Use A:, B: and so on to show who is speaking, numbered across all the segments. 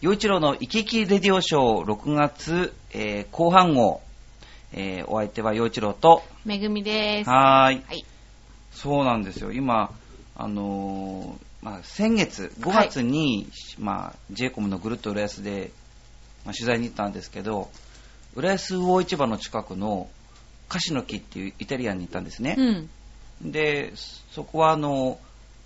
A: 陽一郎の生き生きレディオショー6月、えー後半号、えーお相手は陽一郎と、
B: めぐみです。
A: はーい。
B: はい。
A: そうなんですよ。今、あのーまあ、先月、5
B: はい
A: 月に、まあ、j コムのぐるっと浦安で、まあ、取材に行ったんですけど、浦安魚市場の近くのカシの木っていうイタリアンに行ったんですね。
B: うん。
A: で、そこはあの、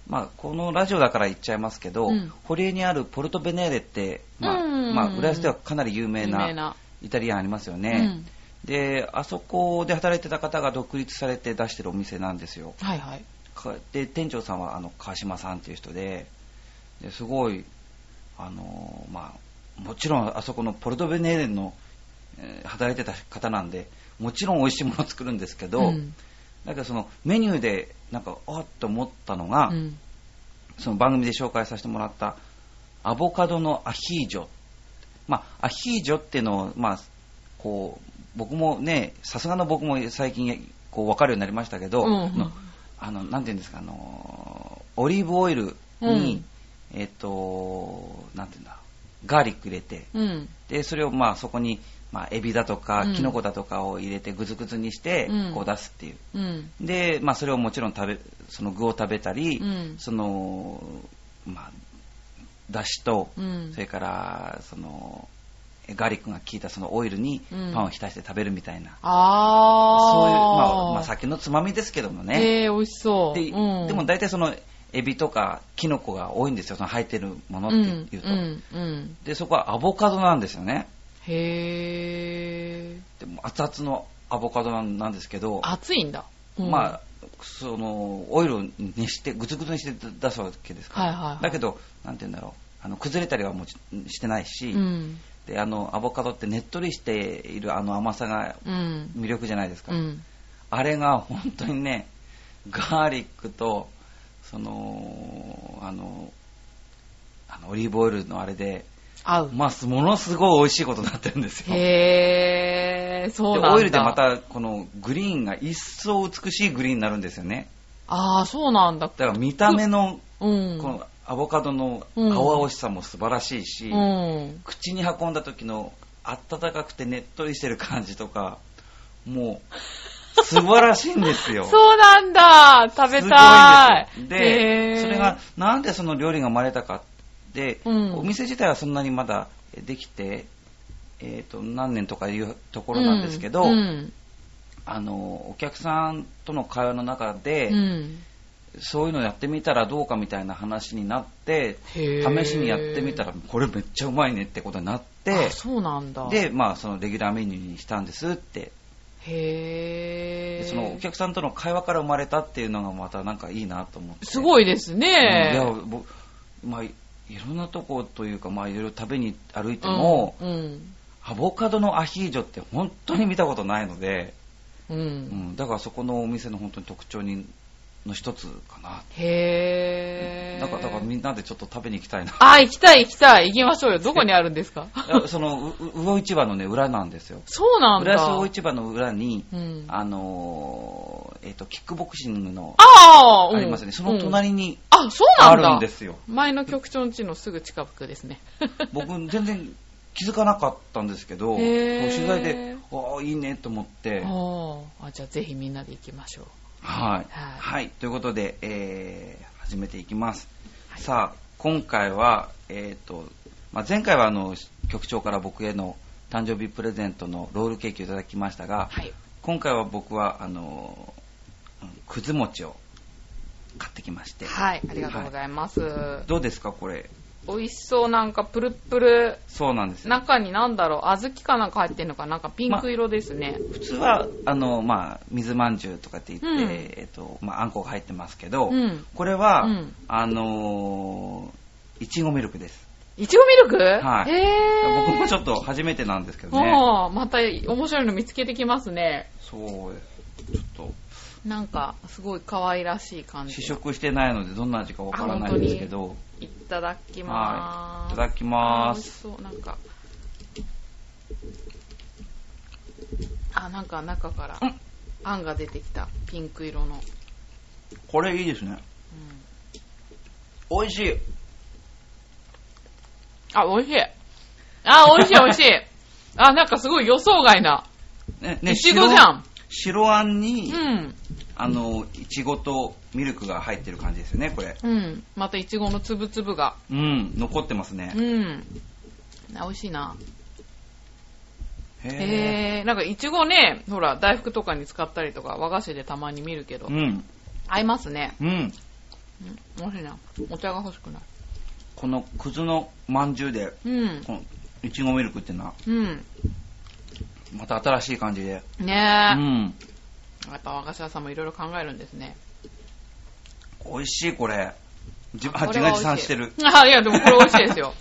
A: まあ、このラジオだから言っちゃいますけど、
B: うん
A: 堀江にあるポルトベネーレって、まあ、
B: うん
A: まあ、浦安ではかなり有名
B: 有名
A: な
B: な
A: イタリアンありますよね。で、あそこで働いてた方が独立されて出してるお店なんですよ。
B: うん。はいはい。
A: かで、店長さんはあの川島さんっていう人で、ですごい、あの、まあ、もちろんあそこのポルトベネーレの、えー働いてた方なんで、もちろん美味しいものを作るんですけど、
B: うん
A: だけどそのメニューでなんかあっと思ったのが、
B: うん
A: その番組で紹介させてもらったアボカドのアヒージョ、まあ、アヒージョっていうのを、まあ、こう僕もねさすがの僕も最近こう分かるようになりましたけど、
B: うん
A: あのあのなんていうんですかあのオリーブオイルに、えっとなんていうんだガーリック入れて
B: うん。
A: でそれをまあそこに、まあ、エビだとか
B: うん
A: キノコだとかを入れてグズグズにして
B: うん
A: こう出すっていう、
B: うん。
A: で、まあ、それをもちろん食べその具を食べたり、
B: うん
A: そのまあだしと、
B: うん
A: それからそのえガーリックが効いたそのオイルに
B: うん
A: パンを浸して食べるみたいな、
B: あー。
A: そういう、まあまあ、酒のつまみですけどもね、
B: えー、美味しそう。
A: で
B: うん
A: でも、大体そのエビとかキノコが多いんですよその生えてるものっていうと、
B: うん。うんうん。
A: でそこはアボカドなんですよね
B: へー。
A: でも熱々のアボカドなんなんですけど
B: 熱いんだ。うん
A: まあ、そのオイルを熱してぐつぐつにして出すわけですから、
B: はいはいはい
A: だけどなんて言うんだろうあの崩れたりはもちしてないし、
B: うん。
A: であのアボカドってねっとりしているあの甘さが
B: うん。
A: 魅力じゃないですか、
B: うん。
A: あれが本当にねガーリックとそのあのあのオリーブオイルのあれで、
B: 合う。
A: まあ、すものすごい美味しいことになってるんですよ
B: へー、そう
A: で
B: なんだ。
A: オイルでま。たこのグリーンが一層美しいグリーンになるんですよね
B: あー、そうなんだ。
A: だから見た目の
B: うん。
A: このアボカドの青々しさも素晴らしいし、
B: うん。
A: 口に運んだ時の温かくてねっとりしてる感じとかもう素晴らしいんですよ。
B: そうなんだ食べた
A: すごいん
B: い
A: ですよ
B: へ
A: で
B: ー
A: それがなんでその料理が生まれたかって、
B: うん
A: お店自体はそんなにまだできて、えー、と何年とかいうところなんですけど、
B: うんうん
A: あのお客さんとの会話の中で、
B: うん
A: そういうのやってみたらどうかみたいな話になって
B: へー
A: 試しにやってみたらこれめっちゃうまいねってことになって
B: あそうなんだ
A: で、まあ、そのレギュラーメニューにしたんですって
B: へ
A: で
B: ー
A: そのお客さんとの会話から生まれたっていうのがまたなんかいいなと思って
B: すご
A: い、
B: いです
A: うんいや
B: ね
A: 僕、まあ、いろんなとこというか、まあ、いろいろ食べに歩いても、
B: うん
A: アボカドのアヒージョって本当に見たことないので、
B: うん
A: う
B: うん
A: ん、だからそこのお店の本当に特徴にの一つかな
B: へー
A: なんかだからみんなでちょっと食べに行きたいな
B: あ行きたい行きたい行きましょうよどこにあるんですか
A: いやそのうう魚市場のね裏なんですよ
B: そうなん
A: 浦
B: だ
A: 安魚市場の裏に、
B: うん
A: あのーえっ、とキックボクシングの
B: あーうん
A: ありますよね、その
B: うん
A: 隣に
B: あそう
A: あ
B: なんだ
A: るんですよ
B: 前の局長の家のすぐ近くです ね
A: 僕全然気づかなかったんですけどこ
B: へ
A: う
B: ー
A: 取材でああいいねと思って
B: おーあじゃあぜひみんなで行きましょう
A: はい、
B: はい
A: はい、ということで、えー始めていきます、
B: はい
A: さあ今回は、えーとまあ、前回はあの局長から僕への誕生日プレゼントのロールケーキをいただきましたが、
B: はい
A: 今回は僕はあのーうんくず餅を買ってきまして、
B: はいありがとうございます、
A: どうですかこれ
B: 美味しそうなんかプルップル
A: そうなんですよ
B: 中になんだろう小豆かなんか入ってんのかなんかピンク色ですね、
A: 普通はあの、まあ、水まんじゅうとかって言って、
B: うん
A: えーとまあ、あんこが入ってますけど、
B: うん
A: これは、
B: うん
A: あのーいちごミルクです
B: いちごミルク
A: はい
B: へー
A: 僕もちょっと初めてなんですけどね
B: もうまた面白いの見つけてきますね
A: そうちょっ
B: なんかすごい可愛らしい感
A: と
B: じ
A: 試食してないのでどんな味かわからないんですけど
B: いただきま
A: は
B: ー
A: いい
B: す
A: ただきま
B: あー美味し
A: す
B: そうなんかあなんか中から
A: うん
B: あんが出てきたピンク色の、
A: これいいですね
B: うん
A: 美味しい
B: あ美味しいあ、 美味しい美味しい。あ、なんかすごい予想外な。
A: ね、ね
B: いちごじゃん。
A: 白白あん
B: う
A: に、
B: ん。
A: あの、いちごとミルクが入ってる感じですよね、これ。
B: うん。またいちごのつぶつぶが。
A: うん、残ってます
B: う
A: ね。
B: ん。あ美味しいな。
A: へ
B: へえ。なんかいちごね、ほら、大福とかに使ったりとか、和菓子でたまに見るけど
A: ー。う、ん、
B: 合いますね。
A: うん。
B: うん。美味しいな。お茶が欲しくなる。
A: このくずのまんじゅうで、
B: うん。
A: このいちごミルクっていうのは、
B: うん。
A: また新しい感じで。
B: ね
A: う
B: え。
A: ん。
B: やっぱ和菓子屋さんもいろいろ考えるんですね。
A: 美味しい、これ。じあ、
B: あこ
A: 自
B: れは
A: 画自賛してる。
B: 美味しいあ、いや、でもこれ美味しいで すよ。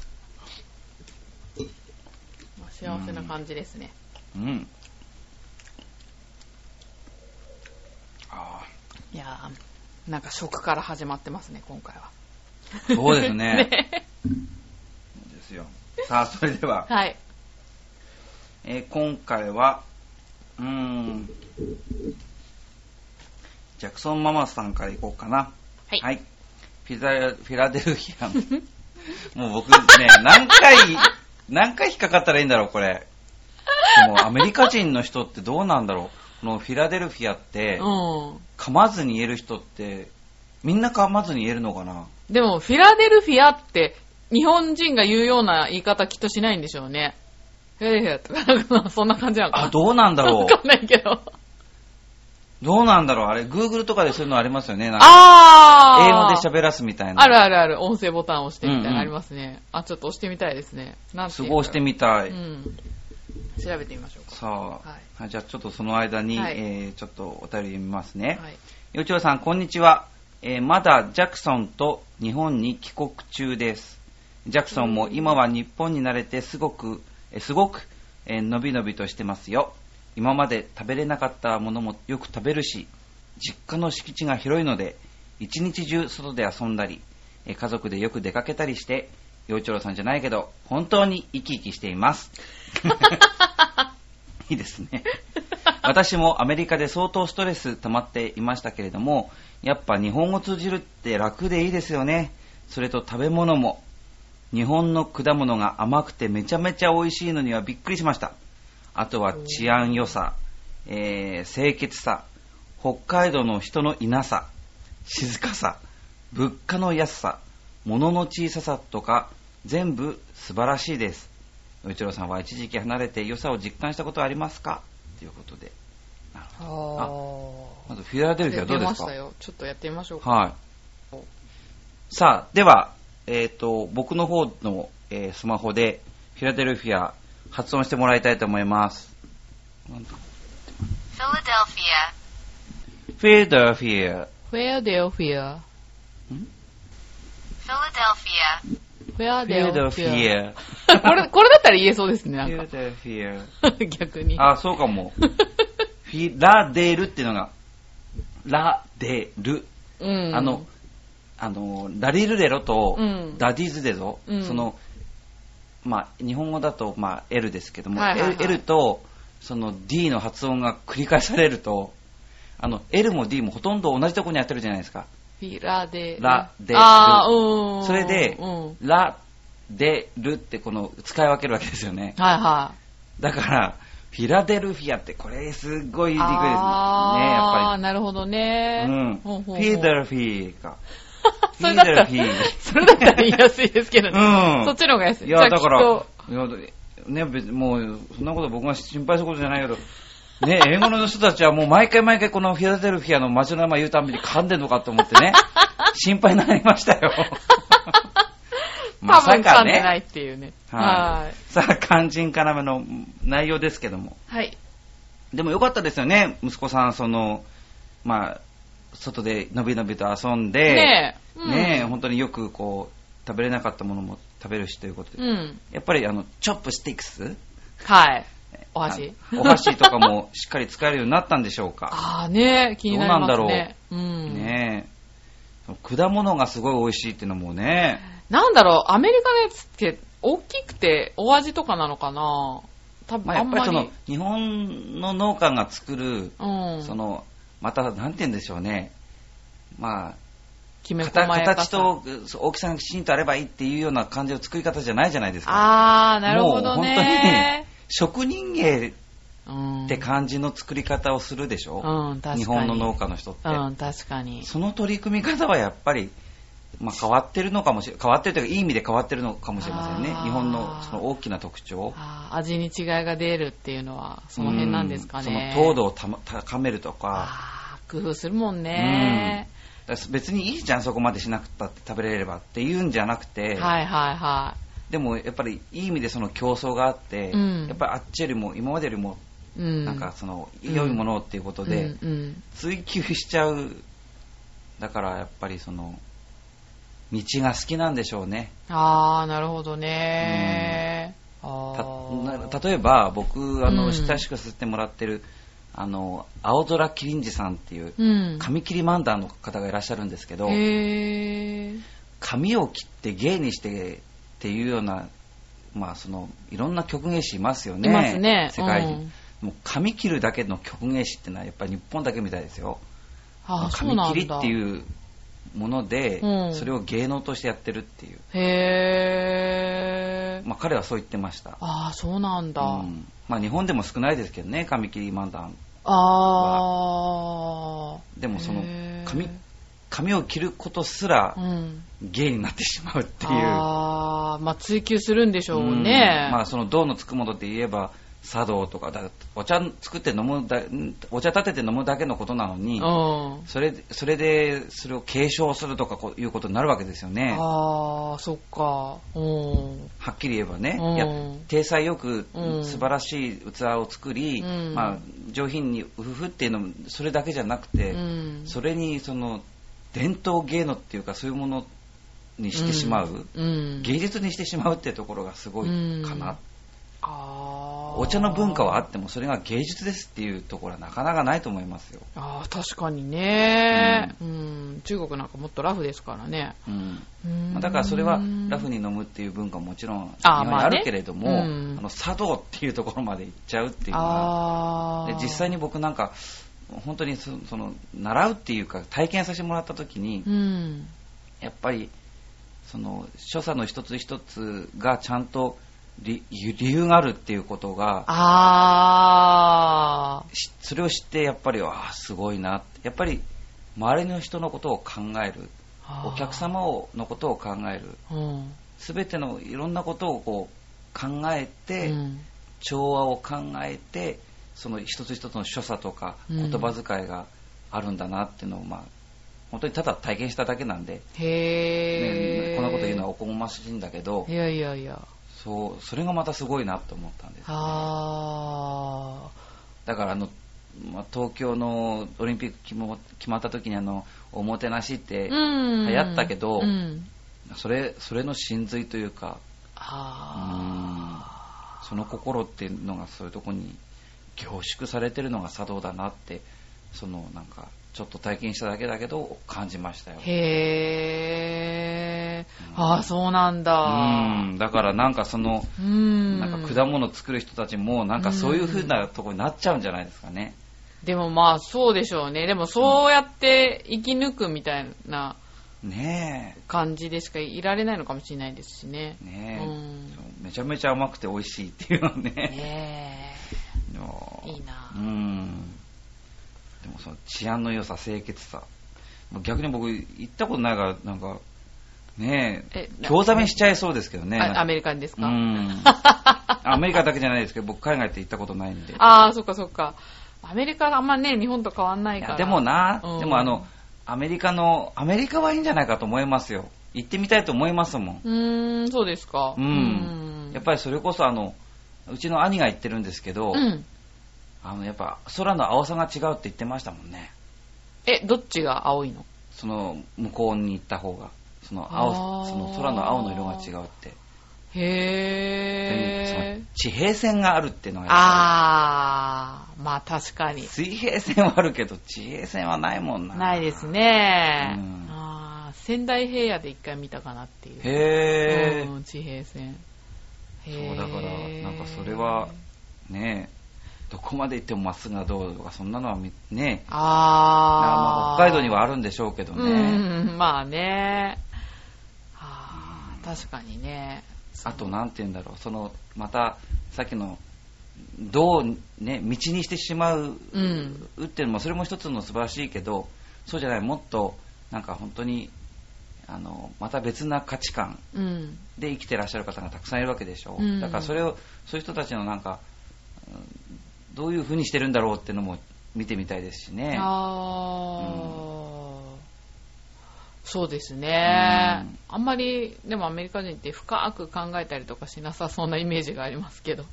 B: まあ幸せな感じですね。
A: うん。あ
B: いやーなんか食から始まってますね、今回は。
A: あ、そうですね。
B: ね
A: そうですよ。さあ、それでは、
B: はい。
A: えー今回は、うーん、ジャクソンママさんからいこうかな。
B: はい
A: ピザフィラデルフィアン。もう僕ね、何回、何回引っかかったらいいんだろう、これ。もうアメリカ人の人ってどうなんだろう。このフィラデルフィアって、
B: う。
A: 噛まずに言える人って、みんな噛まずに言えるのかなん
B: でも、フィラデルフィアって、日本人が言うような言い方きっとしないんでしょうね。フィラデルフィアとかなんか、そんな感じなのかな。
A: あ、どうなんだろ
B: わかんないけど。
A: う。どうなんだろう。あれ、Google とかでそういうのありますよね。なんか
B: あー
A: 英語で喋らすみたいな。
B: あるあるある、音声ボタンを押してみたい
A: うんう
B: なんありますね。あ、ちょっと押してみたいですね。なんて
A: す
B: い
A: ご
B: う
A: い
B: か
A: 押してみたい。
B: うん。調べてみましょうか。
A: さあ、
B: は
A: はいじゃあちょっとその間に、
B: はい
A: えーちょっとお便り読みますね。
B: はい。
A: よちおさん、こんにちは、えーまだジャクソンと日本に帰国中です。ジャクソンも今は日本に慣れてすごく、えーすごく、えーのびのびとしてますよ。今まで食べれなかったものもよく食べるし、実家の敷地が広いので、一日中外で遊んだり、えー家族でよく出かけたりして、よいちょさんじゃないけど、本当に生き生きしています。いいですね。私もアメリカで相当ストレス溜まっていましたけれども、やっぱ日本語通じるって楽でいいですよね。それと食べ物も。日本の果物が甘くてめちゃめちゃ美味しいのにはびっくりしました。あとは治安良さ、えー清潔さ、北海道の人のいなさ、静かさ、物価の安さ、物の小ささとか、全部素晴らしいです。内郎さんは一時期離れて良さを実感したことはありますかということで。なるほどまずフィラデルフィアどうで
B: ますした
A: か
B: よ。ちょっとやってみましょうか。
A: はい。さあ、では、えっ、と、僕の方の、えースマホで、フィラデルフィア、発音してもらいたいと思います。
C: Philadelphia,
A: フィラデルフィア。
B: フェアデルフィア。
C: Philadelphia,
B: フェア
A: フ
B: デ
A: ィラデ
B: ル
A: ル
B: フ
A: フ
B: ィ
A: ィア。
B: ア。 これ、これだったら言えそうですね、な
A: フィ
B: ん
A: ラ
B: か。
A: デルフィア。
B: 逆に。
A: あ、そうかも。フィラデルっていうのが、ラデル。
B: うん。
A: あの、、あの、ラリルレロと
B: うん
A: ダディズデゾ、
B: うん
A: その、まあ、日本語だと、まあ、L ですけども、
B: はいはいはい
A: L, L と、その D の発音が繰り返されると、あの、L も D もほとんど同じとこに当てるじゃないですか。
B: フィラデル。
A: ラデル
B: あーうん。
A: それで
B: うん。はい
A: ラ、デ、ルってこの、使い分けるわけですよね。
B: は
A: だから、フィラデルフィアってこれすごい
B: い。
A: 言いにくいですね、やっ
B: あ
A: ぱ
B: ー
A: り。
B: なるほどね。
A: うん。フ
B: ほうほうほう
A: ィーデルフィ ーか。
B: それだったら
A: フィーデルフィ、
B: それだったら言いやすいですけどね。
A: うん。
B: そっちの方が安い。
A: い
B: じゃ
A: や、
B: あ
A: だか
B: きっと
A: ら、いやね、別にもう、そんなこと僕が心配することじゃないけど、ね、英語の人たちはもう毎回毎回このフィラデルフィアの街の名前言うたんびに噛んでんのかと思って ね、心配になりましたよ。ま
B: 多
A: さ
B: 分噛
A: か
B: んでない
A: ね。
B: っていうね。
A: は。
B: はい
A: さあ、肝心要の内容ですけども。
B: い。はい。
A: でもよかったですよね、息子さん、その、まあ、外でのびのびと遊んで、
B: ねえ。うん
A: ねえ本当によくこう、食べれなかったものも食べるしということで。
B: うん。
A: やっぱりあの、チョップスティックス
B: はい。お箸
A: あお箸とかもしっかり使えるようになったんでしょうか。
B: ああね、気になります
A: どうなんだ
B: ね。うん。
A: ねえ。果物がすごい美味しいっていうのもね、
B: なんだろう、アメリカのやつって大きくてお味とかなのかな多分
A: まあ、
B: あ
A: や
B: ん
A: っぱり
B: ま
A: そ
B: り。
A: の日本の農家が作る、
B: うん。
A: そのまたなんて言うんでしょうね、まあ、
B: きめ細
A: 形
B: やかさ
A: 形とそう大きさがきちんとあればいいっていうような感じの作り方じゃないじゃないですか。
B: あー、なるほどね。
A: 職人芸
B: うん
A: って感じの作り方をするでしょ、
B: うん、確かに。
A: 日本の農家の人って、
B: うん、確かに。
A: その取り組み方はやっぱり、まあ、変わってるのかもしれ変わってるというかいい意味で変わってるのかもしれませんね
B: あー
A: 日本のその大きな特徴
B: あー味に違いが出るっていうのは、その辺なんですかね。
A: うんその糖度をたま高めるとか
B: あー工夫するもんね。
A: だから別にいいじゃんそこまでしなくたって食べれればっていうんじゃなくて、
B: はいはいは
A: でもやっぱりいい意味でその競争があって、
B: うん
A: やっぱりあっちよりも今までよりも
B: い。うん。
A: なんかその良いものをっていうことで、
B: うんうん
A: 追求しちゃうだからやっぱりその道が好きなんでしょうね
B: あー、なるほどね。あ
A: た
B: ー
A: な例えば僕あ
B: う
A: の
B: ん
A: 親しくさせてもらってる、あの青空キリンジさんっていう
B: うん。
A: 髪切り漫談の方がいらっしゃるんですけど
B: へー。
A: 髪を切って芸にしてっていうようなまあそのいろんな曲芸師いますよね
B: いますね
A: 世界に、
B: うん
A: もう髪切るだけの曲芸師ってのはやっぱり日本だけみたいですよ
B: あー、そう
A: 紙
B: なん
A: 切り
B: だ。
A: っていうもので、
B: うん
A: それを芸能としてやってるっていう、
B: へー。
A: まあ、彼はそう言ってました、
B: ああ、そうなんだ。
A: うんまあ、日本でも少ないですけどね紙切り漫談
B: ああ。
A: でもその
B: へー
A: 紙紙を切ることすら
B: うん。
A: 芸になってしまうっていう、
B: ああ、まあ追求するんでしょうね。
A: うんまあ、その銅のつくもので言えば茶道とかだお茶作って飲むだんお茶立てて飲むだけのことなのに、
B: うん。
A: それでそれでそれを継承するとかこういうことになるわけですよね
B: ああ、そっか。うん。
A: はっきり言えばね、
B: うん
A: いや体裁よく
B: うん
A: 素晴らしい器を作り、
B: うん
A: まあ、上品にうふふっていうのもそれだけじゃなくて、
B: うん
A: それにその伝統芸能っていうかそういうものにしてしまう、
B: うん。
A: 芸術にしてしまうってところがすごいかな、
B: ああ。
A: お茶の文化はあってもそれが芸術ですっていうところはなかなかないと思いますよ、
B: ああ、確かにね、うん。中国なんかもっとラフですからね。
A: うん
B: うん
A: まあだからそれはラフに飲むっていう文化ももちろん日
B: あ
A: 本に
B: まあね
A: あるけれどもあ、
B: うん
A: の茶道っていうところまで行っちゃうっていうのは
B: あ
A: で
B: あ。
A: 実際に僕なんか本当にそその習うっていうか体験させてもらった時に、
B: うん。
A: やっぱりその所作の一つ一つがちゃんと理理由があるっていうことが
B: ああ。
A: しそれを知ってやっぱりああすごいなってやっぱり周りの人のことを考えるお客様をのことを考える
B: うん。
A: 全てのいろんなことをこう考えて、
B: うん
A: 調和を考えてその一つ一つの所作とか
B: うん
A: 言葉遣いがあるんだなっていうのを、まあ、本当にただ体験しただけなんで、
B: へ
A: ね
B: え、
A: こんなこと言うのはおこがましいんだけど
B: いやいやいや
A: そうそれがまたすごいなと思ったんです
B: あ
A: だからあの、まあ、東京のオリンピック決ま決まった時にあのおもてなしって、
B: ーうん
A: 流行ったけど
B: うん、
A: それそれの真髄というか
B: あ
A: その心っていうのがそういうとこに凝縮されてるのが茶道だなってそのなんかちょっと体験しただけだけど感じましたよ
B: ーへえ
A: うん
B: ああそうなんだ
A: うんだからなんかその
B: うん
A: なんか果物作る人たちもなんかそういう風なとこになっちゃうんじゃないですかね
B: でもまあそうでしょうねでもそうやって生き抜くみたいな
A: ね
B: 感じでしかいられないのかもしれないですしね
A: えねえ
B: うん
A: そうめちゃめちゃ甘くて美味しいっていうのね
B: ね
A: いや
B: えいいな
A: うんでもその治安の良さ清潔さもう逆に僕行ったことないからなんかねえ
B: えな
A: 興ざめしちゃいそうですけどね
B: あアメリカンです
A: う
B: か、
A: ん アメリカだけじゃないですけど僕海外って行ったことないんで
B: ああ、そっかそっか。アメリカがあんまね、日本と変わんない
A: い
B: から。
A: やでもな、
B: うん
A: でもあのアメリカのアメリカはいいんじゃないかと思いますよ行ってみたいと思いますもん
B: うーん、そうですか。
A: うんやっぱりそれこそあのうちの兄が行ってるんですけど、
B: うん。
A: あのやっぱ空の青さが違うって言ってましたもんね
B: え、どっちが青いの
A: その向こうに行った方がその青
B: あー
A: その空の青の色が違うって、そ
B: へ
A: の
B: ー。
A: 地平線があるっていうのがやっぱ
B: あー、まあ確か
A: り
B: に。
A: 水平線はあるけど地平線はないもんな
B: ないですね。
A: うん
B: あー仙台平野で一回見たかなっていう。
A: へえ、
B: うん地平線。へ
A: そう
B: ー
A: だからなんかそれはねどこまで行ってもまっすぐがどうとか、そんなのはみね、まあ
B: ああ。
A: 北海道にはあるんでしょうけどね。
B: うん、まあね。はあ、確かにね。
A: あと、なんて言うんだろう、その、また、さっきの、どう、ね、道にしてしまう、
B: うん
A: っていうのも、それも一つの素晴らしいけど、そうじゃない、もっと、なんか本当に、あの、また別な価値観
B: うん。
A: で生きてらっしゃる方がたくさんいるわけでしょ。
B: うん
A: だからそれを、そういう人たちのなんか、うんどういうふうにしてるんだろうっていうのも見てみたいですしね。
B: ああ、そうですね、あんまりでもアメリカ人って深く考えたりとかしなさそうなイメージがありますけど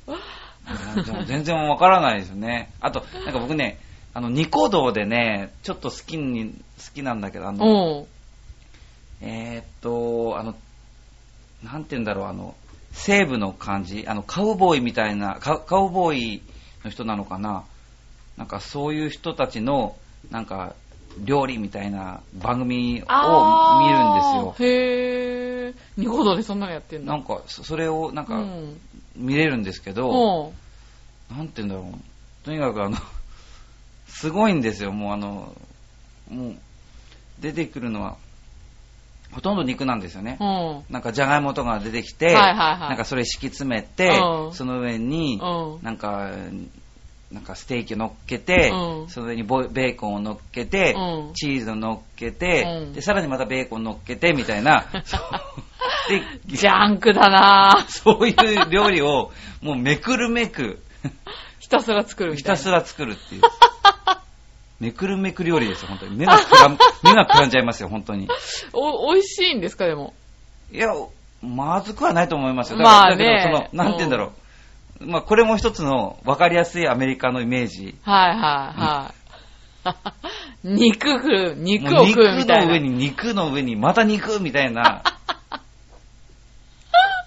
A: なんか全然わからないですよね。あと、なんか僕ね、あの、ニコ動でね、ちょっと好きに、好きなんだけど、あの、
B: おう
A: えーっと、あの、なんて言うんだろう、あの、西部の感じ、あの、カウボーイみたいな、カウカウボーイの人なのかな、なんかそういう人たちの、なんか、料理みたいな番組を見るんで
B: あ
A: す
B: ーへえニコ動でそんなのやってん
A: よ。
B: だ
A: なんか、そそれを、なん
B: う
A: か、
B: ん
A: 見れるんですけど、
B: おう
A: なんて言うんだろう。とにかくあの、すごいんですよ、もうあの、もう、出てくるのは、ほとんど肉なんですよね。
B: うん
A: なんかじゃがいもとかが出てきて、
B: はいはいはい
A: なんかそれ敷き詰めて、
B: うん
A: その上に、
B: うん
A: なんか、なんかステーキを乗っけて、
B: うん
A: その上にボベーコンを乗っけて、
B: うん
A: チーズを乗っけて、
B: うん
A: で、さらにまたベーコン乗っけて、みたい な、そうで
B: ジャンクだな ぁ
A: そういう料理を、もうめくるめく、
B: ひたすら作るみた
A: ひ
B: いな
A: たすら作るって いう。めくるめく料理ですよ、本当に。目がくらん、目がくらんじゃいますよ、本当に。
B: お美味しいんですかでも
A: いや、まずくはないと思いますよ。だ
B: ま
A: から
B: あね
A: だけど、その、なんて言うんだろう。まあ、これも一つの分かりやすいアメリカのイメージ。
B: はいはいはい 肉食う肉
A: も
B: を
A: う
B: 食うみたい
A: の上
B: な
A: に、肉の上に、また肉みたい な。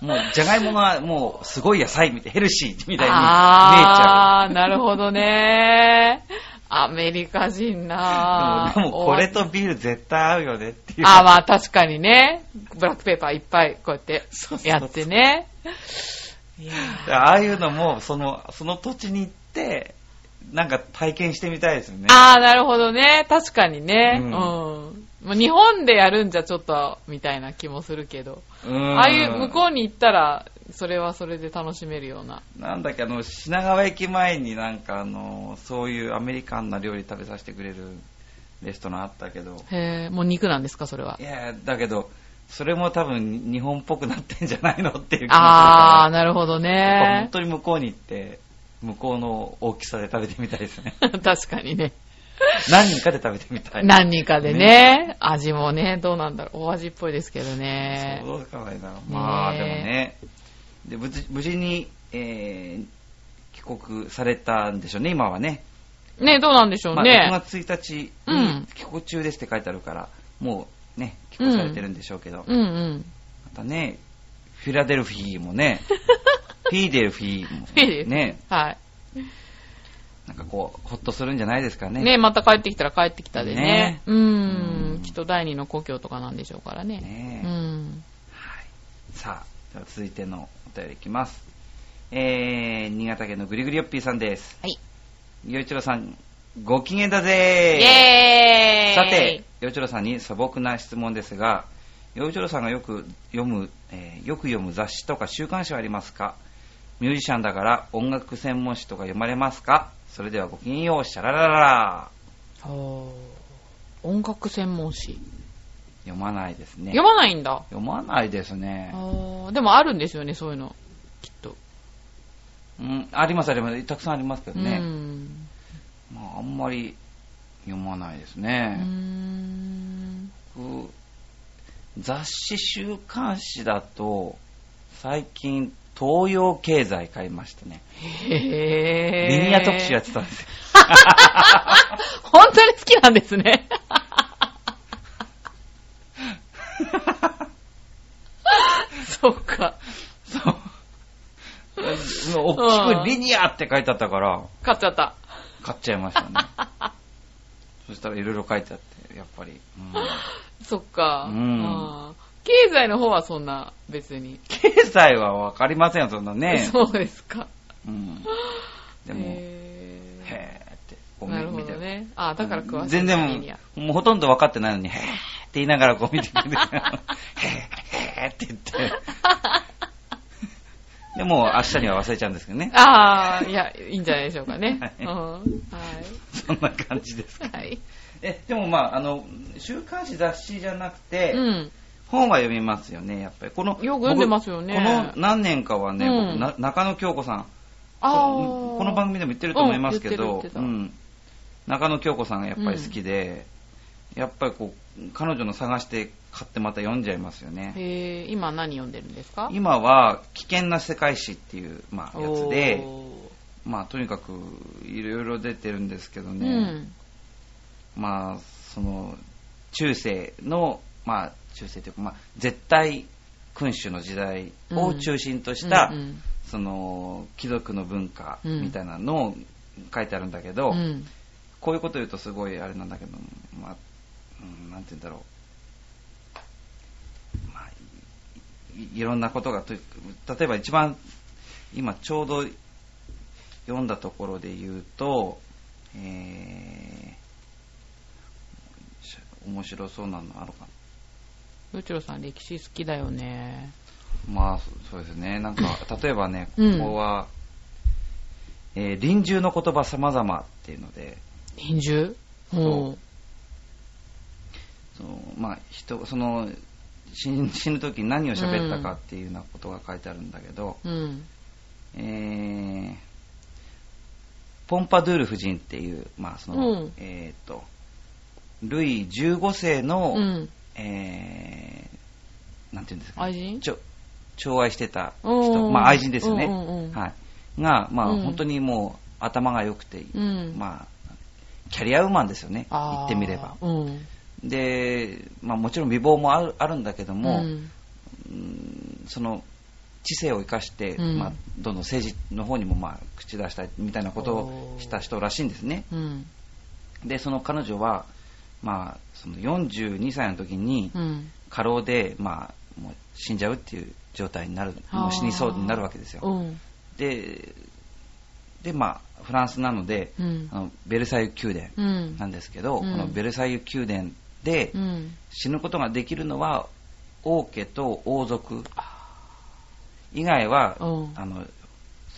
A: もう、じゃがいもが、もう、すごい野菜みたい、ヘルシーみたいに見えちゃう。
B: ああー、なるほどね。アメリカ人な
A: でも、でもこれとビール絶対合うよねっていう。
B: ああ、まあ確かにね。ブラックペーパーいっぱいこうやってやってね。いやー
A: ああいうのも、その、その土地に行って、なんか体験してみたいですよね。
B: ああ、なるほどね。確かにね。
A: う
B: うんん。もう日本でやるんじゃちょっと、みたいな気もするけど。
A: うん
B: ああいう向こうに行ったら、それはそれで楽しめるような。
A: なんだっけ、あの、品川駅前になんか、あの、そういうアメリカンな料理食べさせてくれるレストランあったけど、
B: へえ、もう肉なんですか、それは。
A: いや、だけど、それも多分日本っぽくなってんじゃないのっていう気もするか
B: ああ、
A: ら
B: なるほ
A: や
B: ど
A: っぱ本
B: ね。。
A: 当に向こうに行って、向こうの大きさで食べてみたいですね
B: 確かにね。
A: 何人かで食べてみたい。
B: 何人かでね
A: ね
B: 味もね、どうなんだろう、お味っぽいですけどね。
A: そうかないな。まあ、
B: ね
A: でもね。で無事無事に、えー帰国されたんでしょうね、今はね。
B: ね、どうなんでしょう
A: まあ、
B: ね。
A: 6月1日に
B: うん
A: 帰国中ですって書いてあるから、もうね、帰国されてるんでしょうけど、ま
B: うんうん。
A: たね、フィラデルフィーも ね、フィーデルフィーも
B: フィーデル
A: ね、
B: は
A: なんかこう、ほっとするんじゃないですか
B: い。
A: ね。
B: ね、また帰ってきたら帰ってきたでね。
A: ね
B: う
A: うん
B: ん。きっと第二の故郷とかなんでしょうからね。
A: ね
B: うん。
A: はい、さあ、では続いてのお便りいきます。えー、新潟県のぐりぐりよっぴーさんです。
B: はい。
A: よいちろさん、ご機嫌だ
B: イ
A: ぜ
B: ェーイ
A: さて、、洋一郎さんに素朴な質問ですが、洋一郎さんがよく読む、えーよく読む雑誌とか週刊誌はありますかミュージシャンだから音楽専門誌とか読まれますかそれではごきげんよう、シャララララ。
B: おー音楽専門誌。
A: 読まないですね。
B: 読まないんだ。
A: 読まないですね。
B: おーでもあるんですよね、そういうの。きっと。
A: うん、ありますあります。たくさんありますけど
B: う
A: ね。
B: ん。
A: まあ、あんまり読まないです
B: うー
A: ね。
B: ん
A: 僕雑誌週刊誌だと、最近、東洋経済買いましたね。
B: へー
A: リニア特集やってたんですよ。
B: 本当に好きなんですね。そうか。
A: そう。もう大きくリニアって書いてあったから、
B: 買っちゃった。
A: 買っちゃいま したね。そしたらいろいろ書いてあって、やっぱり。うん
B: そっか。
A: うん
B: あー経済の方はそんな、別に。
A: 経済はわかりませんよ、そんなね。
B: そうですか。
A: うんでも、
B: へね。あ、だから詳しい。
A: 全然
B: アルメニア
A: もう、もうほとんど分かってないのに、へーって言いながらこう見てくれて、へーへーって言って。でもう明日には忘れちゃうんですけど ね。
B: ああ、いや、いいんじゃないでしょうかね。
A: はい
B: うん。はい。
A: そんな感じです。
B: はい。
A: え、でもまあ、あの、週刊誌雑誌じゃなくて、
B: うん。
A: 本は読みますよね、やっぱり。この、
B: よく読んでますよね
A: 僕この何年かはね、
B: うん
A: 僕な中野京子さん、
B: ああ。
A: この番組でも言ってると思いますけ
B: うん言
A: ど、
B: ってる言っ
A: う
B: てた
A: ん、中野京子さんがやっぱり好きで、やっぱりこう彼女の探して買ってまた読んじゃいますよね
B: えー、今何読んでるんですか
A: 今は「危険な世界史」っていう、まあ、やつで
B: お、ー
A: まあ、とにかくいろいろ出てるんですけど
B: う
A: ね、
B: ん。
A: まあその中世のまあ中世というか、まあ、絶対君主の時代を中心とした、
B: うんうん
A: その貴族の文化みたいなのを書いてあるんだけど、
B: うん
A: こういうこと言うとすごいあれなんだけど、まあ、うん、なんて言うんだろう。まあ、いいいろんなことがと、例えば一番、今ちょうど読んだところで言うと、えーし面白そうなのあるか
B: どちろさん歴史好きだよね。
A: な。まあ、そそうですね。なんか、例えばね、こ
B: うん
A: こは、えー臨終の言葉様々っていうので、
B: 臨終
A: そうそのまあ、人その死ぬ 死ぬ時に何を喋ったかっていうようなことが書いてあるんだけど、
B: う。うん。
A: えーポンパドゥール夫人っていう、まあその
B: うん
A: えー、とルイ15世の、
B: うん。
A: えーなんていうんですか、
B: 愛人
A: ちょ寵愛してた
B: う
A: 人、
B: ん
A: まあ、愛人ですよね、
B: うんうんうん
A: はい、が、まあ
B: うん
A: 本当にもう頭が良くて、
B: うん
A: まあ、キャリアウーマンですよね
B: あー
A: 言ってみれば。
B: うん。
A: で、まあ、もちろん美貌もあるあるんだけども、
B: ん
A: うんその知性を生かして、
B: うん
A: まあ、どんどん政治の方にもまあ口出したいみたいなことを
B: おー
A: した人らしいんですね。
B: うん。
A: でその彼女は、まあ、その42歳の時に
B: うん。
A: 過労で、まあ、もう死んじゃうっていう状態になる
B: あー
A: もう死にそうになるわけです
B: う
A: よ。
B: ん。
A: でで、まあ、フランスなので、
B: うん
A: あのベルサイユ宮殿
B: うん。
A: なんですけど、
B: うん
A: このベルサイユ宮殿で、
B: うん。
A: 死ぬことができるのは王家と王族以外は、
B: うん
A: あの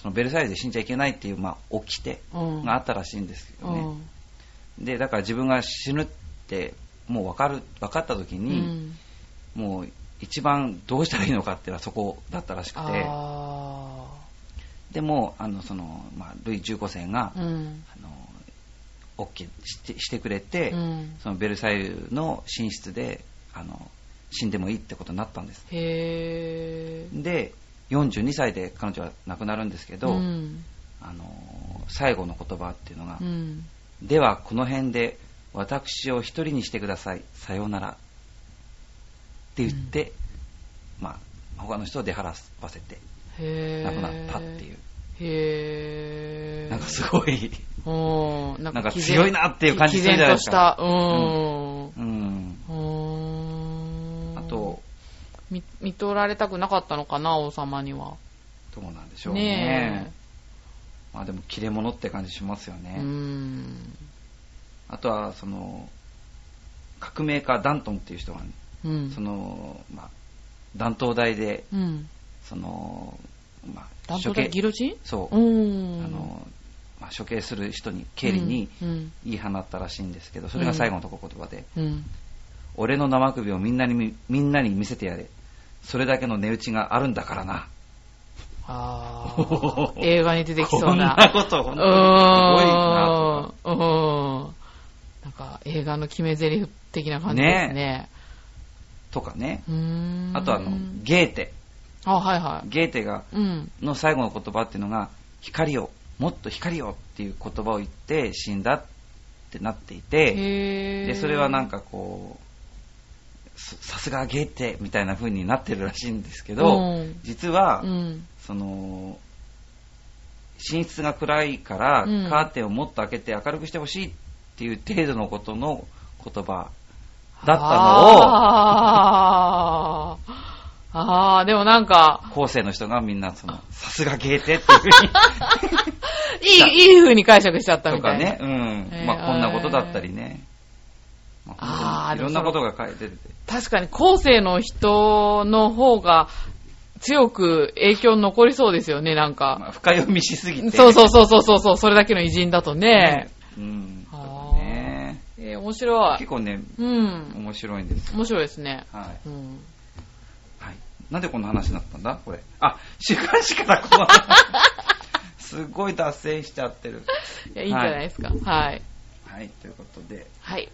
A: そのベルサイユで死んじゃいけないっていう、まあ、掟
B: うん。
A: があったらしいんですけ
B: う
A: どね、
B: ん。
A: でだから自分が死ぬってもう分かる分かった時
B: う
A: に、
B: ん。
A: もう一番どうしたらいいのかっていうのはそこだったらしくて
B: あ
A: でもあのその、まあ、ルイ15世が、
B: あ。うん。
A: あの OK してしてくれて、
B: うん
A: そのベルサイユの寝室であの死んでもいいってことになったんです
B: へー。
A: で42歳で彼女は亡くなるんですけど、
B: うん。
A: あの最後の言葉っていうのが「
B: うん。
A: ではこの辺で私を一人にしてくださいさようなら」って言って、まあ、他の人を出払わせて
B: へー。
A: 亡くなったっていう、
B: へー。
A: なんかすご い、
B: うんなん
A: なんか
B: 毅然
A: 強いなっていう感じするじゃないですか
B: 毅然
A: うん、
B: とした。うん。うん
A: あと、
B: み見とられたくなかったのかな、王様には。
A: どうなんでしょうね
B: ねえ
A: まあでも切れ者って感じしますよね、
B: うん。
A: あとはその革命家ダントンっていう人が、
B: うん。
A: そのまあ断頭台で
B: うん。
A: そのまあ
B: 断頭台ギロチン
A: そう、
B: うん。
A: あのまあ、処刑する人に経理に
B: うん。
A: 言い放ったらしいんですけどそれが最後のとこ言葉で、
B: うん。
A: 俺の生首をみんなにみみんなに見せてやれそれだけの値打ちがあるんだからな
B: あ ー映画に出てきそうな。
A: こんなこと本当にすごいなとか
B: うーん。うーんなんか映画の決め台詞的な感じですね。
A: とかね
B: うーん
A: あとあのゲーテ
B: あ、はいはい。
A: ゲーテが
B: うん。
A: の最後の言葉っていうのが光をもっと光をっていう言葉を言って死んだってなっていて
B: へ
A: でそれはなん
B: か
A: かこうささすがゲーテみたいな風になってるらしいんですけ
B: け
A: ど実は
B: うん。
A: その寝室が暗いから
B: うん
A: カーテンをもっと開けて明るくしてほしいっていう程度のことの言葉だったのを
B: あーああ、でもなんか、
A: 後世の人がみんなその、さすがゲーテっていうふうに
B: いい、いい風に解釈しちゃった
A: と
B: みた
A: か
B: いな。
A: ね、うん。
B: えー
A: まあ、こんなことだったりね。ま
B: あー
A: いろんなことが書いてて。
B: 確かに後世の人の方が強く影響残りそうですよね、なんか。
A: まあ、深読みしすぎて。
B: そうそうそうそうそうそう、それだけの偉人だとね。
A: うん。と
B: あ
A: か
B: ー
A: ね。
B: えー面白い
A: 結。構ね、
B: うん。
A: 面白いんですよ。
B: 面白いですね。
A: はい。
B: うん。
A: はい。なんでこんな話になったんだこれ。あ、週刊誌からこの 話。すごい脱線しちゃってる。
B: いや、いいんじゃないですか。はい。
A: はい、ということで。
B: はい。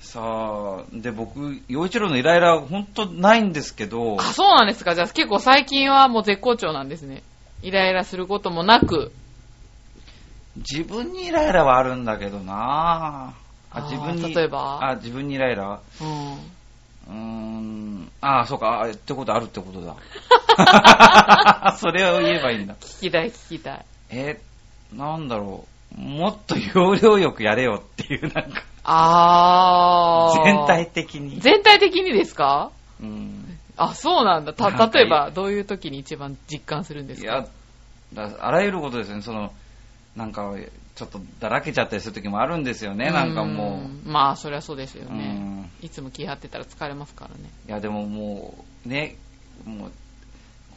A: さあ、で、僕、洋一郎のイライラ、ほんとないんですけど、
B: あ、そうなんですか。じゃあ結構最近はもう絶好調なんですね。イライラすることもなく。
A: 自分にイライラはあるんだけどな
B: あー例えば
A: あ、自分にイライラ
B: うん。
A: うーん。ああ、そうか。あってことあるってこと だ。それを言えばいいんだ。
B: 聞きたい、聞きたい。
A: え、なんだろう。もっと要領よくやれよっていう、なんか、
B: あー。
A: 全体的に。
B: 全体的にですか
A: うん。
B: あ、そうなんだ。た
A: なん、か
B: 例えば、どういう時に一番実感するんです
A: い
B: か
A: や、だあらゆることですよね。その、なんか、ちょっとだらけちゃったりする時もあるんですよね。なんかも
B: うーんまあ、そりゃそうですよ
A: う。
B: ね。
A: うん
B: いつも気張ってたら疲れますからね。
A: いやでももうねもう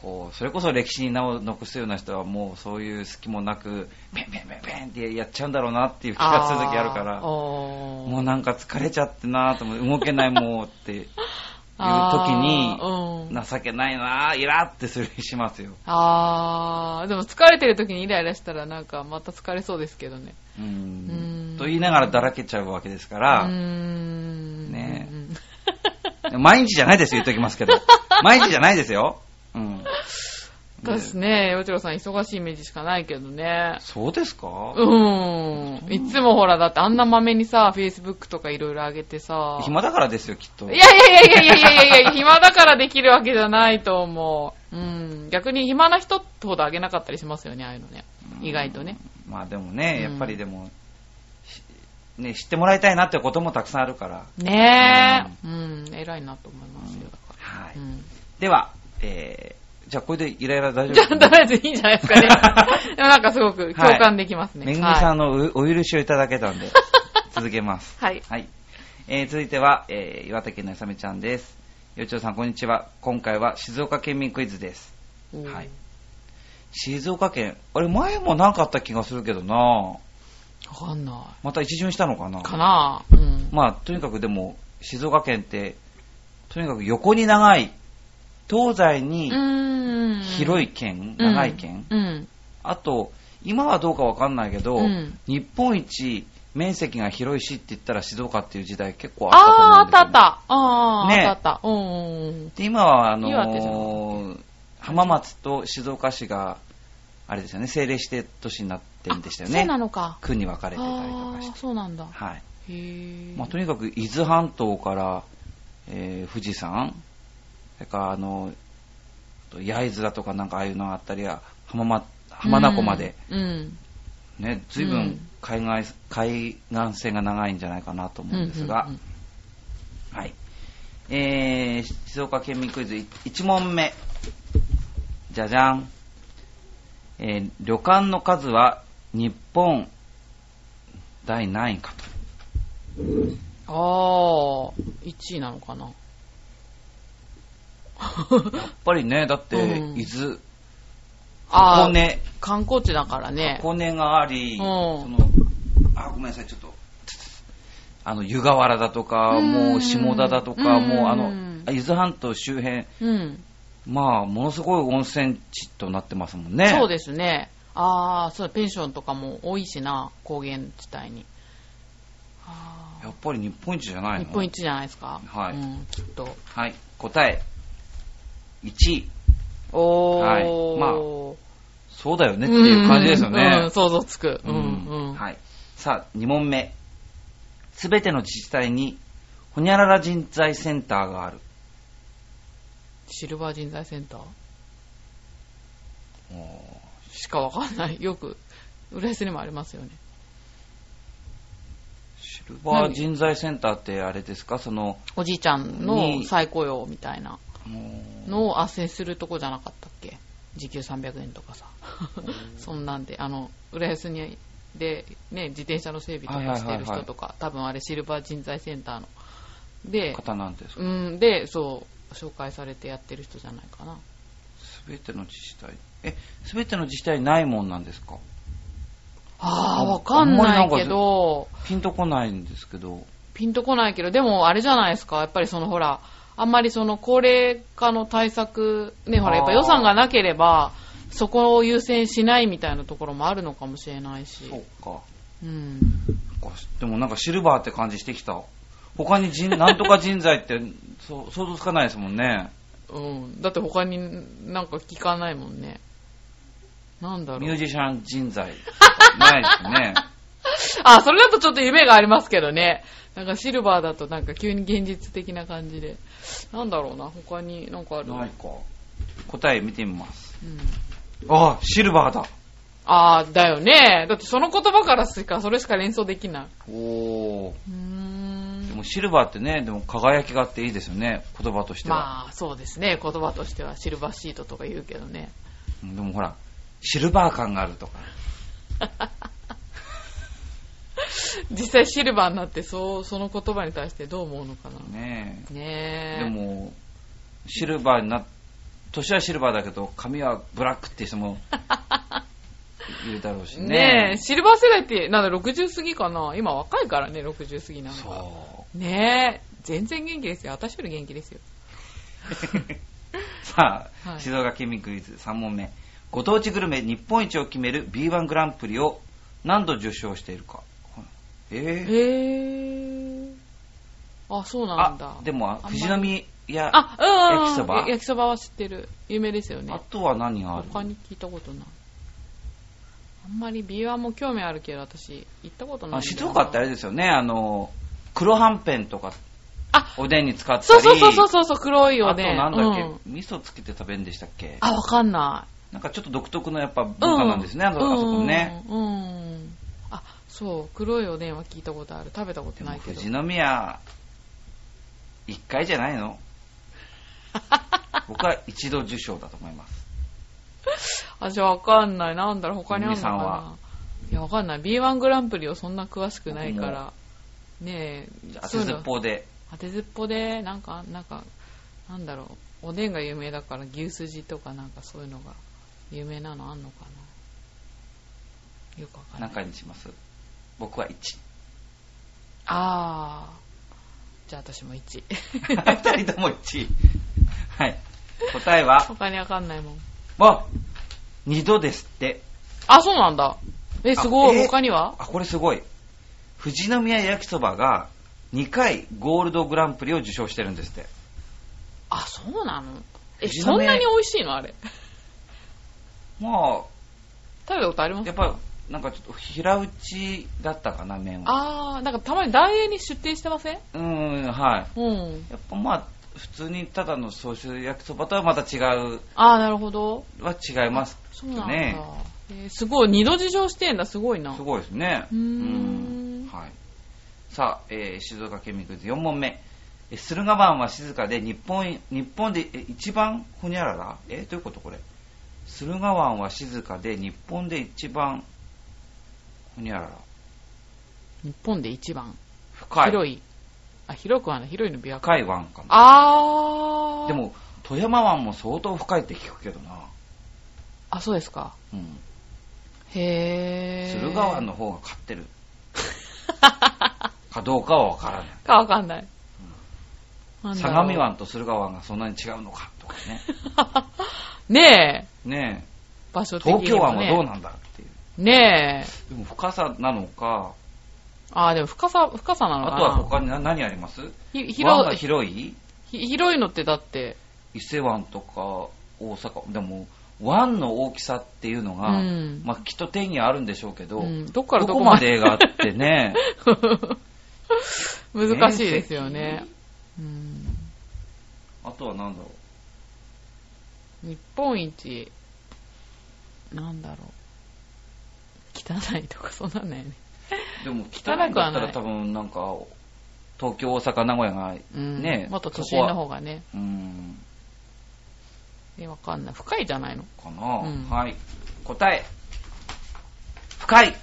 A: こうそれこそ歴史に名を残すような人はもうそういう隙もなくペンペンペンペンってやっちゃうんだろうなっていう気がする時あるからも
B: も
A: うなんか疲れちゃってなーと思って動けないもうっていう 時に
B: うん、
A: 情けないなーイラってするしますよ、
B: あー、でも疲れてる時にイライラしたらなんかまた疲れそうですけどね。
A: う
B: うんん
A: と言いながらだらけちゃうわけですか
B: うー
A: ら
B: ん。
A: ねえ
B: うん
A: 毎日じゃないですよ言っときます けど毎日じゃないですよ、うん、
B: そうですね。よちろさん忙しいイメージしかないけどね。
A: そうですか、
B: うん。いつもほら、だってあんなまめにさ、Facebook とかいろいろ上げてさ。
A: 暇だからですよきっと
B: いやいやいやいやいやいやいや、暇だからできるわけじゃないと思う。うん。逆に暇な人ほどあげなかったりしますよね、ああいうのね。意外とね。
A: まあでもね、
B: う
A: や
B: ん
A: っぱりでも、しね、知ってもらいたいなってこともたくさんあるから。
B: ねえ。うん、偉いなと思いますよ。だか
A: は
B: ら
A: い。
B: うん
A: では、えー、じゃあこれでイライラ 大
B: じ
A: 丈
B: ゃあ、
A: 夫
B: とりあえずいいんじゃないで すかね。でもなんかすごく共感できますね。
A: めぐみさ
B: ん。
A: んのおお許しをいただけたん で、続けます。
B: はい。
A: はい。えー、続いては、えー、岩手県のやさめちゃんです。よちおさん、こんにちは。今回は静岡県民クイズです。はい。静岡県、あれ、前もなんかあった気がするけどな
B: わかんな。
A: また一巡したのかない
B: かなうん。
A: まあ、とにかくでも、静岡県って、とにかく横に長い、東西に
B: うん。
A: 広い県、長い県、
B: うん。
A: あと、今はどうかわかんないけど、
B: うん
A: 日本一面積が広い市って言ったら静岡っていう時代結構あっ
B: ああー、あったた
A: と
B: あ
A: 思うん
B: っ
A: ですよ、ね。ね
B: た。ああ、あったあった。うん。
A: で、今は、あ
B: 岩手じゃな
A: のー浜松と静岡市が、あれですよね、政令指定都市になってんでしたよ
B: あそう
A: ね
B: な。のか。
A: 区に分かれてたりと
B: あ
A: かし
B: あ、
A: て。
B: そうなんだ。
A: はい。
B: へえ。
A: まあ、とにかく伊豆半島から、えー富士山、それからあの焼津だとかなんかああいうのがあったりは浜,、ま、浜名湖まで、
B: うん。
A: ね、随
B: う
A: 分
B: ん
A: 海外海岸線が長いんじゃないかなと
B: う
A: 思うんですが、
B: んうん
A: はいえー、静岡県民クイズ1問目じゃじゃん、えー旅館の数は日本第何位かと
B: ああ、1位なのかな。
A: やっぱりねだって
B: うん
A: 伊豆
B: ああ、
A: 箱根
B: 観光地だからね。
A: 箱根があり、
B: ん
A: そのあごめんなさいちょっとあの湯河原だとか、
B: うん
A: もう下田だとか、
B: うん
A: もうあの伊豆半島周辺
B: うん。
A: まあものすごい温泉地となってますもんね
B: そうですね。ああ、そう、ペンションとかも多いしな、高原地帯に。あ
A: やっぱり日本一じゃな
B: あ
A: いの
B: 日本一じゃないですか。
A: はい
B: うん、きっと。
A: はい答え1位
B: おー。
A: はいまあそうだよねっていう感じですよね、
B: うんうん、想像つく。うん、うん。
A: はい。さあ、2問目。すべての自治体に、ほにゃらら人材センターがある。
B: シルバー人材センター
A: おー
B: しかわかんない。よく、浦安にもありますよね。
A: シルバー人材センターってあれですかその、
B: おじいちゃんの
A: に
B: 再雇用みたいな。のを斡旋するとこじゃなかったっけ時給300円とかさ そんなんであの浦安にで、ね、自転車の整備とかしてる人とか、多分あれシルバー人材センターので,、
A: 方なんですか、
B: うん、でそう紹介されてやってる人じゃないかな
A: すべての自治体、え、すべての自治体ないもんなんですか
B: ああ
A: あ
B: わかんないけ
A: あんまり
B: ど
A: ピンとこないんですけど、
B: ピンとこないけど、でもあれじゃないですか、やっぱりそのほら、あんまりその高齢化の対策、ね、ほ
A: あー
B: ら、やっぱ予算がなければ、そこを優先しないみたいなところもあるのかもしれないし。
A: そうか。
B: う
A: な
B: ん。
A: んかでもなんかシルバーって感じしてきた。他に 人、なんとか人材って、そう、想像つかないですもんね。
B: うん。だって他になんか聞かないもんね。なんだ
A: ミ
B: ろ
A: ュー
B: う。
A: ジシャン人材とかないですね。
B: あ、それだとちょっと夢がありますけどね。なんかシルバーだとなんか急に現実的な感じで。なんだろうな、他になんかある。
A: ないか。答え見てみます。
B: うん。
A: あ、シルバーだ。
B: ああ、だよね。だってその言葉からしか、それしか連想できない。
A: おー。
B: うー
A: で
B: ん
A: もシルバーってね、でも輝きがあっていいですよね、言葉としては。
B: まあそうですね言葉としてはシルバーシートとか言うけ どね
A: うんでもほら、シルバー感があるとか。
B: 実際シルバーになってそうその言葉に対してどう思うのかな
A: ねえ。
B: ねえ
A: でも、シルバーにな、年はシルバーだけど、髪はブラックって人 もいるだろうしね。
B: ねえシルバー世代ってなんだ60過ぎかな今若いからね60過ぎなのが
A: そ
B: ねえ全然元気ですよ私より元気ですよ
A: う。さあ、
B: はい
A: 静岡県民クイズ3問目。ご当地グルメ日本一を決める B1 グランプリを何度受賞しているか。えー、
B: へえあそうなんだ
A: あ、でも、あ
B: あんまり
A: 富士宮や、
B: あうん
A: 焼きそば
B: や焼きそばは知ってる有名ですよね
A: あとは何がある
B: 他に聞いたことないあんまり B1 も興味あるけど私行ったことな
A: あ
B: いんだよな
A: 静岡ってあれですよね、あの、黒はんぺんとか
B: あ
A: おでんに使ったり、
B: そうそうそうそうそうそう黒いよね
A: あとなんだっけ、
B: うん
A: 味噌つけて食べるんでしたっけ
B: あわかんな
A: なんかちょっと独特のやっぱ文
B: い、う
A: 化なんですね、あのあそこね。
B: うんうんうんあそう黒いおでんは聞いたことある食べたこと
A: でも
B: ないけ
A: 富
B: ど
A: 士宮、一回じゃない の僕は一度受賞だと思います。
B: あじゃあわかんないなんだろう他にあるのか
A: ゆみさん
B: な
A: はい
B: やわかんない B1 グランプリをそんな詳しくないからね
A: じ
B: え
A: ゃあ、
B: そ
A: 当
B: うい
A: てず
B: うの
A: っぽうで。
B: 当てずっぽでなんかなんかなんだろうおでんが有名だから牛すじとかなんかそういうのが有名なのあんのかなよくわかんない
A: 何回にします僕は1。
B: ああじゃあ私も1
A: 二人とも1。はい。答え は、
B: 他にわかんないもん
A: あ二度ですって。
B: あそうなんだえすごい、
A: あえ
B: 他には
A: あ、これすごい。富士宮焼きそばが2回ゴールドグランプリを受賞してるんですって。
B: あそうなのえ
A: 藤
B: そ
A: の
B: ん
A: 目
B: なに美味しいの あれ
A: ま
B: 食べたことありま
A: あ、
B: す
A: やっ
B: か
A: ぱ、なんかちょっと平打ちだったかな、麺は。
B: ああなんかたまに大英に出店してません
A: うーん、はい。
B: うん
A: やっぱまあ、普通にただのソース焼きそばとはまた違う、
B: ああなるほど
A: は違います
B: そうなんだ、
A: ね。
B: えーすごい二度受賞してんだすごいな
A: すごいですね。
B: うー
A: う
B: ん
A: んはい。さあ、えー静岡県民クイズ4問目。え駿河湾は静かで日本、日本でえ一番ほにゃららえどういうことこれ。駿河湾は静かで日本で一番ほにゃらら。
B: 日本で一番
A: 深い。
B: 広いあ広くはない広いの琵琶湖
A: 深い湾かな。
B: あー
A: でも、富山湾も相当深いって聞くけどな。
B: あそうですか
A: うん。
B: へえ
A: 駿河湾の方が勝ってる。かどうかはわからない。
B: かわかんないなんだろ
A: 相
B: う
A: 模湾と駿河湾がそんなに違うのかとかね。
B: ねえ
A: ねえ。
B: 場所的にも、
A: 東京湾
B: ね、
A: はどうなんだっていう。
B: ねえ
A: でも深さなのか、
B: あーでも深さ深さなのかな
A: あとは他にな何あります
B: ひ
A: 湾が
B: 広い
A: 広い
B: ひ広いのってだって
A: 伊勢湾とか大阪、でも湾の大きさっていうのが、
B: うん
A: まあきっと定義あるんでしょうけど、
B: うんどっから
A: ど
B: ど
A: こ
B: こ
A: ま
B: まで
A: でがあってね、
B: 難しいですよね、うん、
A: あとは何だろう。
B: 日本一なんだろう汚いとかそんなんないね
A: でも汚
B: 汚
A: いん
B: く
A: だ
B: は
A: っ
B: な
A: たら
B: い
A: 多分なんか、東京、大阪、名古屋が
B: うん
A: ねえ、
B: もっと都心の方がね
A: うん、
B: え、わかんない。深いじゃないの
A: かな、
B: うん
A: はい。答え。深い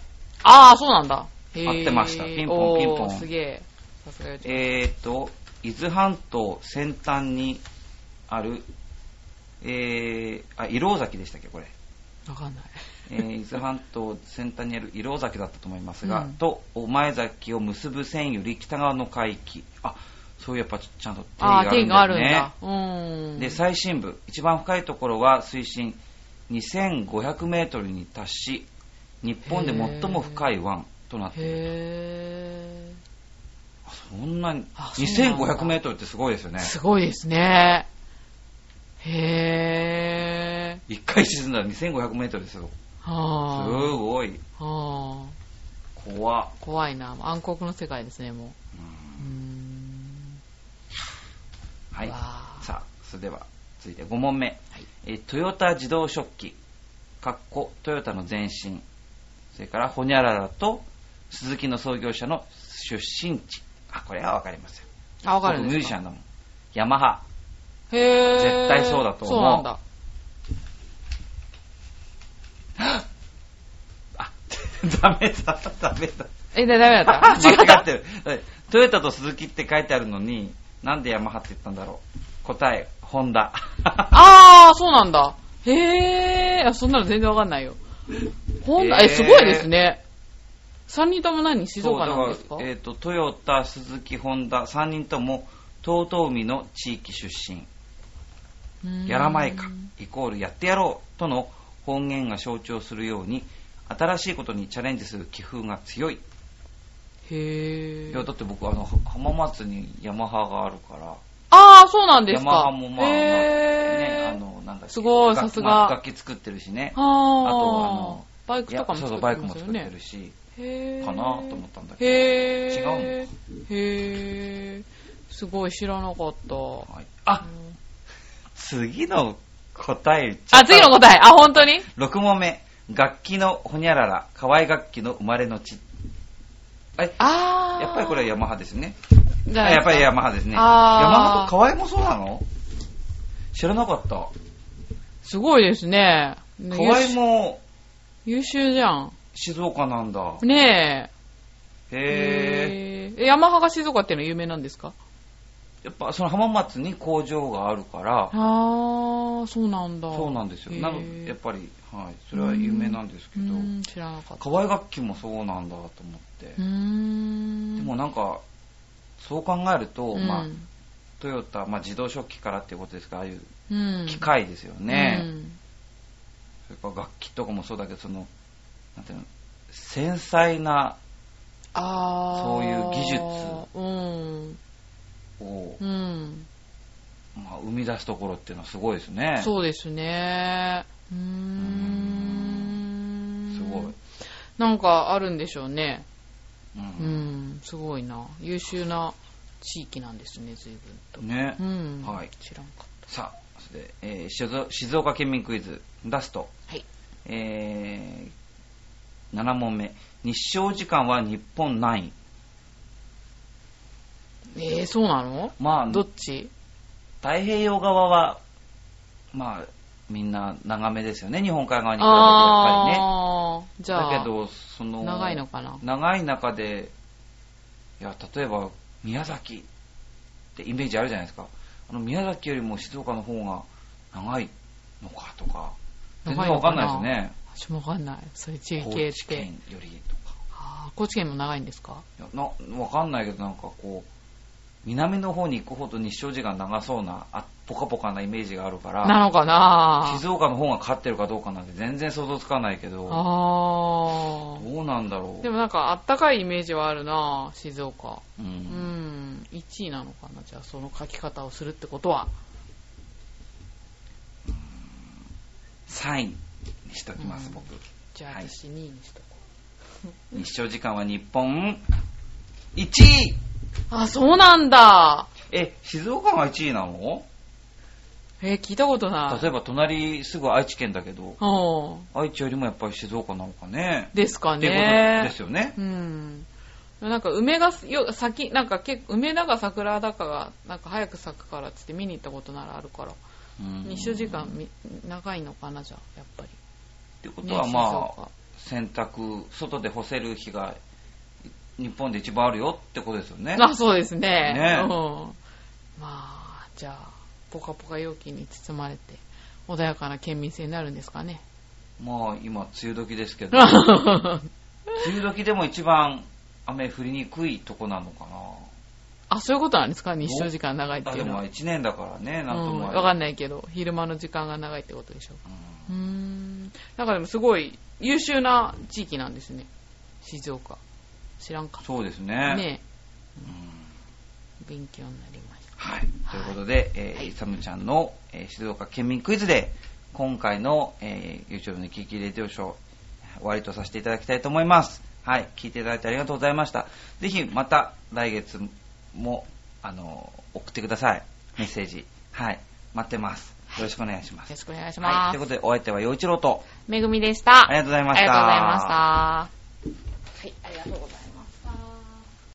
B: ああ、そうなんだ。へー
A: 合ってましたピンポンピンポン
B: おーすげえ。さすがよち
A: えー、と、伊豆半島先端にある、えー、あ、伊郎崎でしたっけ、これ。
B: わかんない。
A: え ー伊豆半島先端にある伊郎崎だったと思いますが、
B: うん
A: と、お前崎を結ぶ線より北側の海域。あ、そういうやっぱちゃんと定
B: ああ、
A: 義
B: 定が
A: があ
B: あ
A: る
B: る
A: ん
B: ん
A: だよね
B: だ。。うーん。
A: で、最深部、一番深いところは水深2500メートルに達し、日本で最も深い湾となっている。
B: へえ。
A: あそんなに、
B: あそうなんだ
A: 2500メートルってすごいですよね。
B: すごいですね。へえ。
A: 一回沈んだら2500メートルですよ。す
B: は
A: ごい。
B: あ。はあ。
A: 怖っ。
B: 怖いな。暗黒の世界ですね、もう。
A: う
B: うー
A: ん
B: ん。
A: はい。
B: わあ
A: さあ、それでは、続いて5問目。
B: はい。
A: えートヨタ自動食器、かっこトヨタの前身、それからホニャララと鈴木の創業者の出身地。あ、これはわかりますよ。
B: あ、わかるん
A: 僕ミュー
B: で
A: ジ
B: す
A: シャ
B: か
A: ンだもん。ヤマハ。
B: へえ。
A: 絶対そうだと思う
B: そうなんだ。
A: あ、ダメだ、ダメだ。
B: え、だダメだった 違
A: 間違
B: っ
A: ってる。はいトヨタと鈴木って書いてあるのに、なんでヤマハって言ったんだろう。答え、ホンダ。
B: あー、そうなんだ。へー、あそんなの全然わかんないよ。ほんだ、
A: へー
B: え、すごいですね。3人とも何静岡なんです
A: そ
B: か
A: うだらえっ、と、トヨタ、鈴木、ホンダ、3人とも、東東海の地域出身、
B: うーん
A: やらまいか、イコールやってやろうとの本源が象徴するように、新しいことにチャレンジする気風が強い。
B: へ
A: い
B: ー
A: や、だって僕、あの、浜松にヤマハがあるから、
B: あー、そうなんで
A: ヤ
B: すか。
A: マハもまあ、まあね、
B: へ
A: あ
B: ー。
A: の、なんだっけ
B: すごい
A: 楽
B: さすが
A: まあ楽器作ってるしね。あ
B: はー
A: とあの
B: バイクとかも
A: いやそう
B: 作
A: そう、
B: っ
A: バイ
B: て
A: クも
B: ますよ
A: 作って
B: ね
A: る。し、
B: へー
A: かなと思ったんだけど。
B: へー。
A: 違う
B: へー。すごい知らなかった。
A: はいあ、次の答え言っちゃっ
B: あ、
A: た
B: 次の答え。あ、本当に
A: 6問目楽器のほにゃらら河合楽器の生まれの地あれ
B: あー。
A: やっぱりこれはヤマハですね
B: じゃ
A: あ
B: ない
A: や
B: で
A: っ
B: すか
A: ぱりヤマハですねヤマ
B: あ
A: ハ
B: ー
A: と河合もそうなの知らなかった
B: すごいですね。ね
A: 河合も
B: 優秀優秀じゃん。
A: 静岡なんだ
B: ねえ。
A: へえ
B: えー。ヤマハが静岡っていうのは有名なんですか
A: やっぱその浜松に工場があるから
B: あー、そうなんだ。
A: そうなんですよ
B: へー
A: なのでやっぱり、はい、それは有名なんですけど
B: うーん知らなかった。
A: 河合楽器もそうなんだと思って
B: うーん。
A: でもなんかそう考えると、
B: うん、
A: まあ、トヨタ、まあ、自動食器からっていうことですからああいう
B: うん、
A: 機械ですよね、
B: うん
A: それから楽器とかもそうだけどそのなんていうの繊細な
B: あー。
A: そういう技術
B: うん。
A: を、
B: うん。
A: まあ、生み出すところっていうのはすごいですね
B: そうですね。うーん。
A: すごい、
B: なんかあるんでしょうね。
A: う
B: うんん、すごいな。優秀な地域なんですね、随分
A: ね、
B: と。うん。
A: はい
B: 知らんかっ
A: さあそれで、えー静静岡県民クイズラスト、
B: た。はい。
A: えー7問目日照時間は日本何位
B: えー、そうなの
A: まあ
B: どっち
A: 太平洋側はまあみんな長めですよね日本海側に比べてやっぱりね
B: ああ、じゃあ、
A: だけどその
B: 長いのかな。
A: 長い中でいや例えば宮崎ってイメージあるじゃないですかあの宮崎よりも静岡の方が長いのかとか全然わかんないです
B: 私もわかんない。そういう地
A: ね
B: 域系
A: 高
B: っ
A: 知
B: て。
A: 県よりとか
B: あー高知県も長いんですか
A: いやなわかんないけどなんかこう南の方に行くほど日照時間長そうなあポカポカなイメージがあるから
B: なのかな
A: 静岡の方が勝ってるかどうかなんて全然想像つかないけ
B: あ
A: ど
B: あ
A: どうなんだろ
B: ー。
A: う
B: でもなんかあったかいイメージはあるな静岡。
A: う
B: うんん、1位なのかなじゃあその書き方をするってことは。
A: 3位にしときます
B: うん
A: 僕
B: じゃあ
A: はい
B: 私2位にしとこう。
A: 日照時間は日本1位
B: あ、そうなんだ。
A: え、静岡が1位なの
B: えー聞いたことない。
A: 例えば隣すぐ愛知県だけど、
B: うん。
A: 愛知よりもやっぱり静岡なのかね。
B: ですか
A: っていうこと
B: ね
A: で。すよね。
B: うん。なんか梅がよ先、なんか結構梅だか桜だかが、なんか早く咲くからっつって見に行ったことならあるから、
A: うん
B: 日照時間み長いのかなじゃあやっぱり
A: ってこと
B: ね
A: は
B: 静
A: まあ
B: 岡
A: 洗濯外で干せる日が日本で一番あるよってことですよね
B: あそうですね
A: ね
B: うん、まあじゃあポカポカ容器に包まれて穏やかな県民性になるんですかね
A: まあ今梅雨時ですけど梅
B: あ
A: 雨時でも一番雨降りにくいとこなのか
B: そういうことなんですか日照時間長いって
A: なあ
B: い
A: で
B: うの
A: も
B: は
A: 1年だからねなんと
B: うん
A: も
B: わかん
A: ない、
B: ないけど昼間の時間が長いってことでしょう
A: うん
B: うーんなんかでもすごい優秀な地域なんですね静岡知らんか
A: そうですね
B: ね
A: うん
B: え勉強になりまし
A: はい、ということで、えー
B: はい
A: イサムちゃんの、えー静岡県民クイズで、今回の、えー YouTube のキキレディオショー、終わりとさせていただきたいと思います。はい、聞いていただいてありがとうございました。ぜひまた来月も、あのー送ってください。メッセージ。はい、待ってます。よろしくお願いしま
B: たよろ
A: す。
B: しくお願いし
A: はい、
B: ま
A: とい
B: す、
A: うことで、お相手は陽一郎と、
B: めぐみでした
A: ありがとうございました
B: ありがとうございましたはいありがとうございました